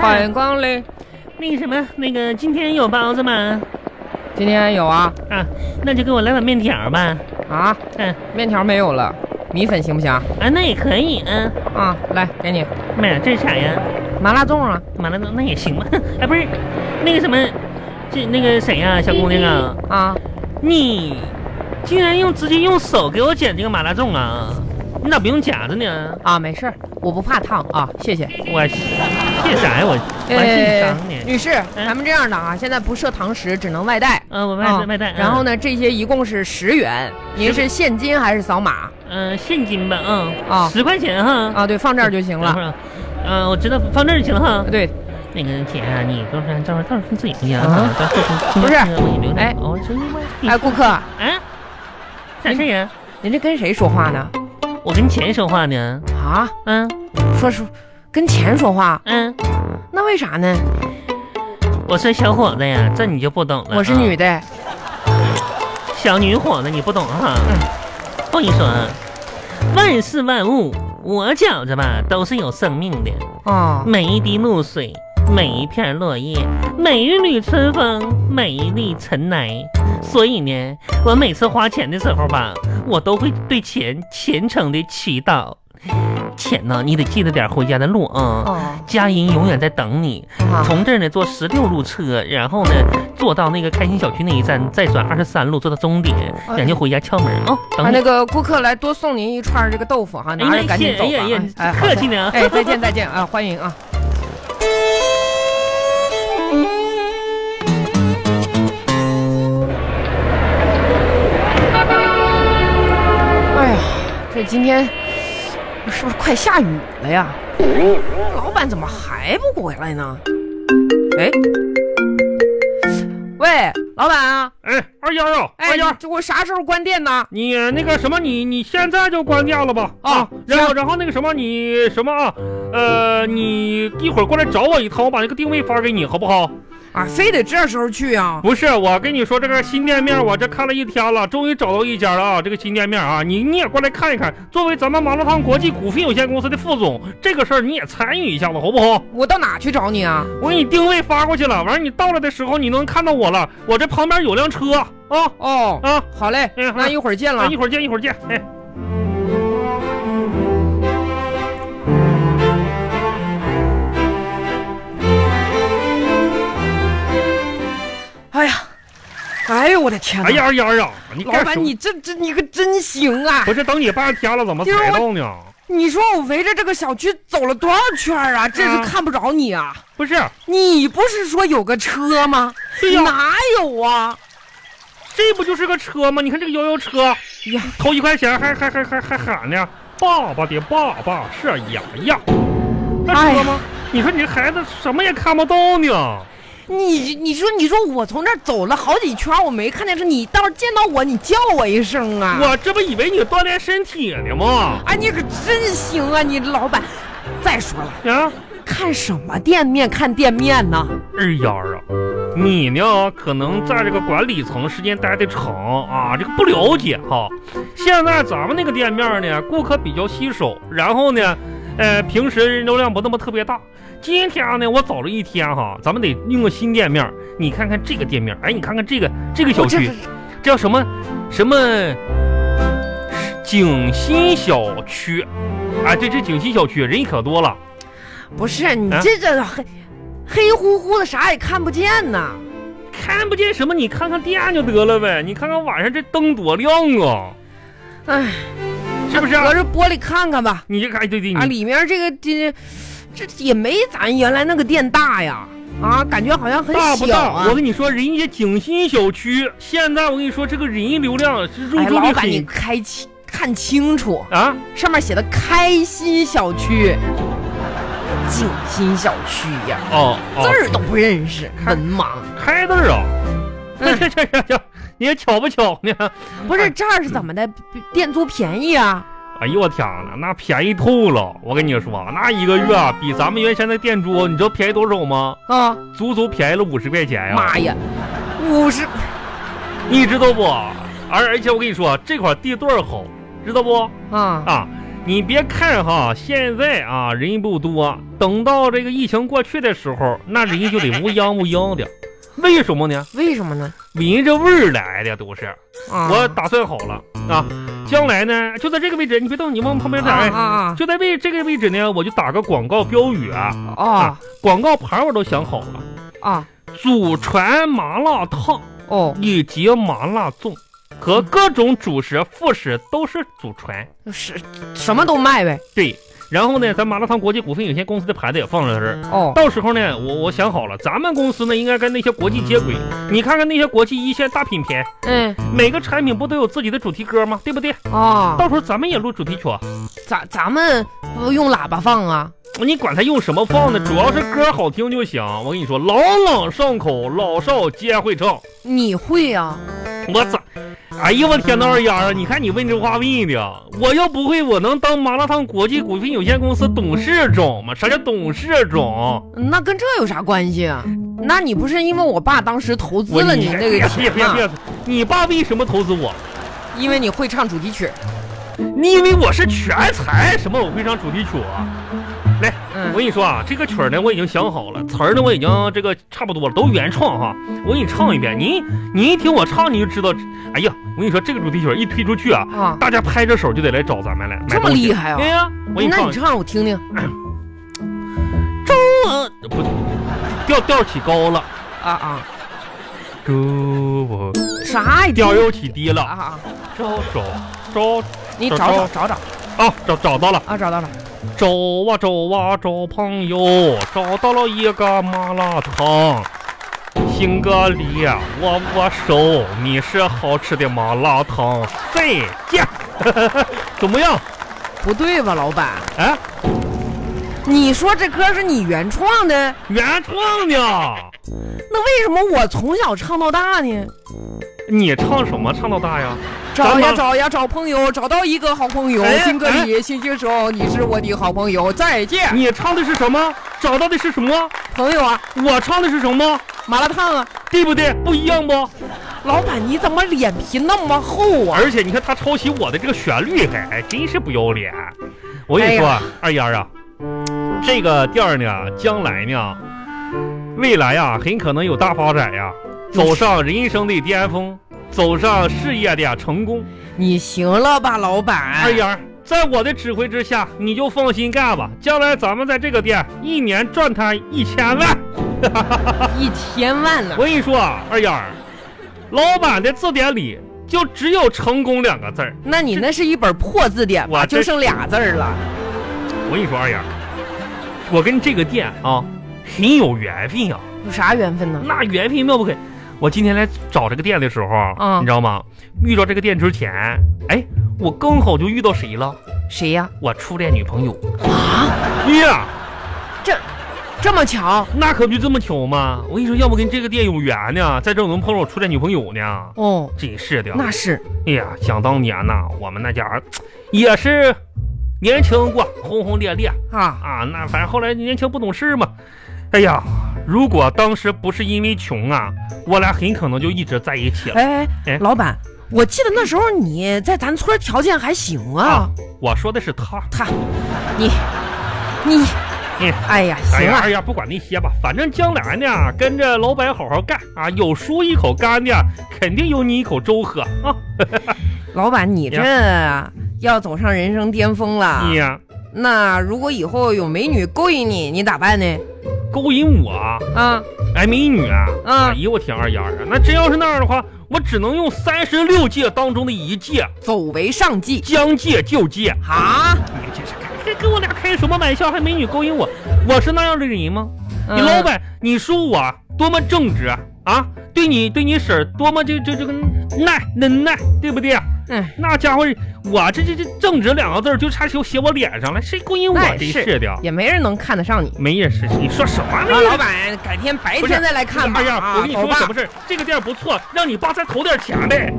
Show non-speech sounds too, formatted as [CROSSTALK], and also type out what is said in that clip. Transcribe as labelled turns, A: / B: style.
A: 花人光嘞，
B: 那个什么，那个今天有包子吗？
A: 今天有啊
B: 啊，那就给我来碗面条吧。
A: 啊，
B: 嗯
A: 面条没有了，米粉行不行啊？
B: 啊，那也可以啊。
A: 啊，来给你
B: 妈呀，这是啥呀？
A: 麻辣粽啊，
B: 完了，那也行吧。 [LAUGHS] 啊，不是，那个什么，这那个谁呀、小姑娘啊，
A: 啊，
B: 你竟然用直接用手给我剪这个麻辣粽啊？你咋不用夹子呢？
A: 啊，没事儿，我不怕烫啊，谢谢。
B: 我哎谢啥呀？我我还姓
A: 呃
B: 张，呢。
A: 女士，咱们这样的啊，现在不设堂食，只能外带。
B: 嗯、我
A: 啊
B: 外外带。
A: 然后？呢，这些一共是十元，您是现金还是扫码？
B: 嗯、现金吧，嗯，
A: 啊
B: 十块钱哈。
A: 啊，对，放这儿就行
B: 等会
A: 了。
B: 儿啊，嗯，我知道，放这儿就行了哈。
A: 对，
B: 那个姐啊，你到时候到时候到时候自己呀，
A: 啊
B: 到时候
A: 不
B: 我
A: 是
B: 也留着
A: 哎
B: 哦，真的吗？
A: 哎，顾客，
B: 哎，啥事儿呀？
A: 您这跟谁说话呢？
B: 我跟钱说话呢。
A: 啊，
B: 嗯
A: 说说跟钱说话，
B: 嗯，
A: 那为啥呢？
B: 我说小伙子呀，这你就不懂了。啊
A: 我是女，的，
B: 小女伙子，你不懂哈。
A: 嗯
B: 我跟你说啊，万事万物，我觉着吧，都是有生命的。
A: 哦，
B: 每一滴露水，每一片落叶，每一缕春风，每一粒尘埃。所以呢，我每次花钱的时候吧，我都会对钱虔诚的祈祷。钱呢，你得记着点回家的路啊，
A: 哦，
B: 家人永远在等你。
A: 啊
B: 从这儿呢坐十六路车，然后呢坐到那个开心小区那一站，再转二十三路坐到终点，
A: 哎
B: 然后就回家敲门啊、
A: 啊，
B: 等
A: 那
B: 你。
A: 个顾客来多送您一串这个豆腐哈，
B: 哎呀
A: 拿着赶紧
B: 谢
A: 走吧
B: 哎呀哎呀。
A: 哎，
B: 客气呢
A: 好的哎，再见再见啊，欢迎啊。哎呀，这今天是不是快下雨了呀？老板怎么还不回来呢？哎，喂，老板啊，
C: 哎，二丫啊，
A: 哎
C: 二丫，，
A: 这我啥时候关店呢？
C: 你那个什么，你你现在就关掉了吧？
A: 啊
C: 然后
A: 行
C: 然后那个什么，你什么啊？呃，你一会儿过来找我一趟，我把那个定位发给你，好不好？
A: 啊，非得这时候去啊？
C: 不是，我跟你说，这个新店面我这看了一天了，终于找到一家了啊！这个新店面啊，你你也过来看一看。作为咱们麻辣烫国际股份有限公司的副总，这个事儿你也参与一下子，好不好？
A: 我到哪去找你啊？
C: 我给你定位发过去了，完了你到了的时候你能看到我了。我这旁边有辆车啊
A: 哦，
C: 啊！
A: 好嘞，
C: 哎好
A: 那一会儿见
C: 那
A: 了
C: 一。会儿见，一会儿见。哎。
A: 哎呀，哎呦我的天哪！
C: 哎呀，二丫啊，你
A: 老
C: 干什
A: 板
C: 么
A: 你这这你可真行啊！
C: 不是等你半天了，怎么
A: 今儿
C: 才
A: 我
C: 到呢？
A: 你说我围着这个小区走了多少圈啊？真是
C: 啊
A: 看不着你啊！
C: 不是，
A: 你不是说有个车吗？
C: 对呀
A: 哪有啊？
C: 这不就是个车吗？你看这个摇摇车，
A: 呀，
C: 投一块钱还还还还还喊呢，爸爸的爸爸是牙呀，那
A: 哎呀啊
C: 车吗？你说你这孩子什么也看不到呢？
A: 你你说你说我从这儿走了好几圈，我没看见车，你倒是见到我，你叫我一声啊！
C: 我这不以为你锻炼身体呢吗？
A: 哎，你可真行啊，你老板。再说了，
C: 啊，
A: 看什么店面看店面呢？
C: 二丫啊，你呢可能在这个管理层时间待的长啊，这个不了解哈。现在咱们那个店面呢，顾客比较稀少，然后呢，呃，平时流量不那么特别大。今天呢，我走了一天哈，咱们得用个新店面。你看看这个店面，哎，你看看这个这个小
A: 我哦这
C: 区，这叫什么什么景新小区？啊，对，这景新小区人可多了。
A: 不是你
C: 啊
A: 这这黑、黑乎乎的，啥也看不见呐。
C: 看不见什么，你看看店就得了呗。你看看晚上这灯多亮啊，
A: 哎，
C: 是不是啊、
A: 隔着玻璃看看吧。
C: 你这个哎，对对，
A: 啊，
C: 你
A: 里面这个这这也没咱原来那个店大呀。啊，感觉好像很
C: 大不
A: 小
C: 大？
A: 啊
C: 我。跟你说，人家景新小区现在我跟你说，这个人流量是入
A: 哎，
C: 住率
A: 老板，你
C: 很
A: 开清看清楚，
C: 啊。
A: 上面写的开心小区，景新小区呀，
C: 哦
A: 字
C: 哦，
A: 儿都不认识，文盲。
C: 开字儿啊，
A: 嗯
C: 这这这这， [LAUGHS] 你也巧不巧呢？
A: 不是这儿是怎么的？店租便宜啊？
C: 哎呦我天呐，那便宜透了！我跟你说，那一个月啊比咱们原先的店租，你知道便宜多少吗？
A: 啊，
C: 足足便宜了五十块钱呀、
A: 妈呀，五十
C: 你知道不？而而且我跟你说，这块地段儿好，知道不？
A: 啊
C: 啊，你别看哈，现在啊人不多，等到这个疫情过去的时候，那人家就得乌泱乌泱的，为什么呢？
A: 为什么呢？
C: 闻着味儿来的都是。
A: 啊，
C: 我打算好了啊，将来呢就在这个位置，你别动，你往旁边
A: 啊
C: 打。
A: 啊
C: 就在位这个位置呢，我就打个广告标语啊，
A: 啊哦
C: 广告牌我都想好了，
A: 啊
C: 祖传麻辣烫
A: 哦，
C: 以及麻辣粽和各种主食、副食都是祖传。
A: 是什么都卖呗。
C: 对，然后呢，咱麻辣烫国际股份有限公司的牌子也放在这儿。
A: 哦
C: 到时候呢，我我想好了，咱们公司呢应该跟那些国际接轨。你看看那些国际一线大品牌，
A: 嗯
C: 每个产品不都有自己的主题歌吗？对不对？
A: 哦，
C: 到时候咱们也录主题曲啊。
A: 咱咱们不用喇叭放啊。
C: 你管他用什么放呢？主要是歌好听就行。我跟你说，朗朗上口，老少皆会唱。
A: 你会啊？
C: 我咋？哎呀，我天呐，二丫啊！你看你问这话问的，我要不会，我能当麻辣烫国际股份有限公司董事长吗？啥叫董事长？
A: 那跟这有啥关系啊？那你不是因为我爸当时投资
C: 我
A: 了你那个钱
C: 别别
A: 啊
C: 别
A: 吗？
C: 别！你爸为什么投资我？
A: 因为你会唱主题曲。
C: 你以为我是全才？什么我会唱主题曲啊？来，
A: 嗯
C: 我跟你说啊，这个曲儿呢我已经想好了，词儿呢我已经这个差不多了，都原创哈。我给你唱一遍，你你一听我唱你就知道。哎呀，我跟你说，这个主题曲儿一推出去啊，
A: 啊，
C: 大家拍着手就得来找咱们来。
A: 这么厉害啊
C: 哎呀，我给你
A: 那
C: 唱
A: 你，唱我听听。
C: 中啊，不调调起高了，
A: 啊啊，
C: 中我
A: 啥也
C: 调又起低
A: 啊
C: 了，
A: 啊！
C: 找找找
A: 你
C: 找
A: 找找找找
C: 啊，找找到了。
A: 啊，找到了。
C: 找啊找啊找朋友，找到了一个麻辣烫。行个礼，握握手，你是好吃的麻辣烫，再见。 [LAUGHS] 怎么样？
A: 不对吧，老板？
C: 哎，
A: 你说这歌是你原创的，
C: 原创的，
A: 那为什么我从小唱到大呢？
C: 你唱什么唱到大呀？
A: 找
C: 咱
A: 呀
C: 们
A: 找呀找朋友，找到一个好朋友，
C: 哎
A: 新歌里新歌手，你是我的好朋友，再见，
C: 你唱的是什么？找到的是什么？
A: 朋友啊，
C: 我唱的是什么？
A: 麻辣烫啊！
C: 对不对？不一样不？
A: 老板，你怎么脸皮那么厚啊？
C: 而且你看他抄袭我的这个旋律，还、哎、真是不要脸。我跟你说，啊，二丫啊，这个店儿呢，将来呢，未来呀，很可能有大发展呀，走上人生的巅峰，走上事业的成功。
A: 你行了吧，老板？
C: 二，丫，在我的指挥之下，你就放心干吧。将来咱们在这个店一年赚他一千万。
A: 一千万了
C: 我，跟你说啊，二丫，老板的字典里就只有成功两个字儿。
A: 那你那是一本破字典吧？
C: 我这
A: 就剩俩字儿了。
C: 我跟你说，二丫，我跟这个店啊很有缘分呀、
A: 有啥缘分呢？
C: 那缘分妙不可。我今天来找这个店的时候，啊
A: 嗯
C: 你知道吗？遇到这个店之前，哎，我刚好就遇到谁了？
A: 谁呀？
C: 我初恋女朋友。哎
A: 啊，
C: 呀，
A: 这么巧？
C: 那可不就这么巧吗？我跟你说，要不跟这个店有缘呢，在这儿能碰上我初恋女朋友呢，
A: 哦，
C: 真是的。
A: 那是
C: 哎呀，想当年呐、我们那家儿也是年轻过，轰轰烈烈。
A: 啊，
C: 啊，那反正后来年轻不懂事嘛。哎呀，如果当时不是因为穷啊，我俩很可能就一直在一起了。
A: 哎
C: 哎
A: 哎，老板，我记得那时候你在咱村儿条件还行啊
C: 啊，我说的是他。
A: 他，你，你
C: 嗯，
A: 哎呀，
C: 哎
A: 行
C: 呀
A: 啊，
C: 哎呀，不管那些吧，反正将来呢，跟着老板好好干啊，有叔一口干的，肯定有你一口粥喝啊。
A: 老板，你这要走上人生巅峰了
C: 你。呀、
A: 那如果以后有美女勾引你，你咋办呢？
C: 勾引我，
A: 啊，
C: 哎，美女啊！
A: 嗯
C: 哎呦我天，二丫啊，那真要是那样的话，我只能用三十六计当中的一计，
A: 走为上计
C: 将计就计。
A: 啊！
C: 你这是跟跟我俩开什么玩笑？还美女勾引我，我是那样的人吗？你
A: 嗯
C: 老板，你说我多么正直啊啊！对你对你婶儿多么这这这个耐能耐，对不对？啊
A: 嗯，
C: 那家伙，我这这这正直两个字儿就差就写我脸上了，谁勾引我
A: 那？也
C: 真
A: 哎是
C: 是的，
A: 也没人能看得上你。
C: 没也是，你说什么
A: 啊，
C: 呢？
A: 老板，改天白
C: 不是
A: 天再来看吧。
C: 二丫，
A: 啊
C: 我跟你
A: 走
C: 说
A: 吧
C: 什么事儿？这个店儿不错，让你爸再投点钱呗。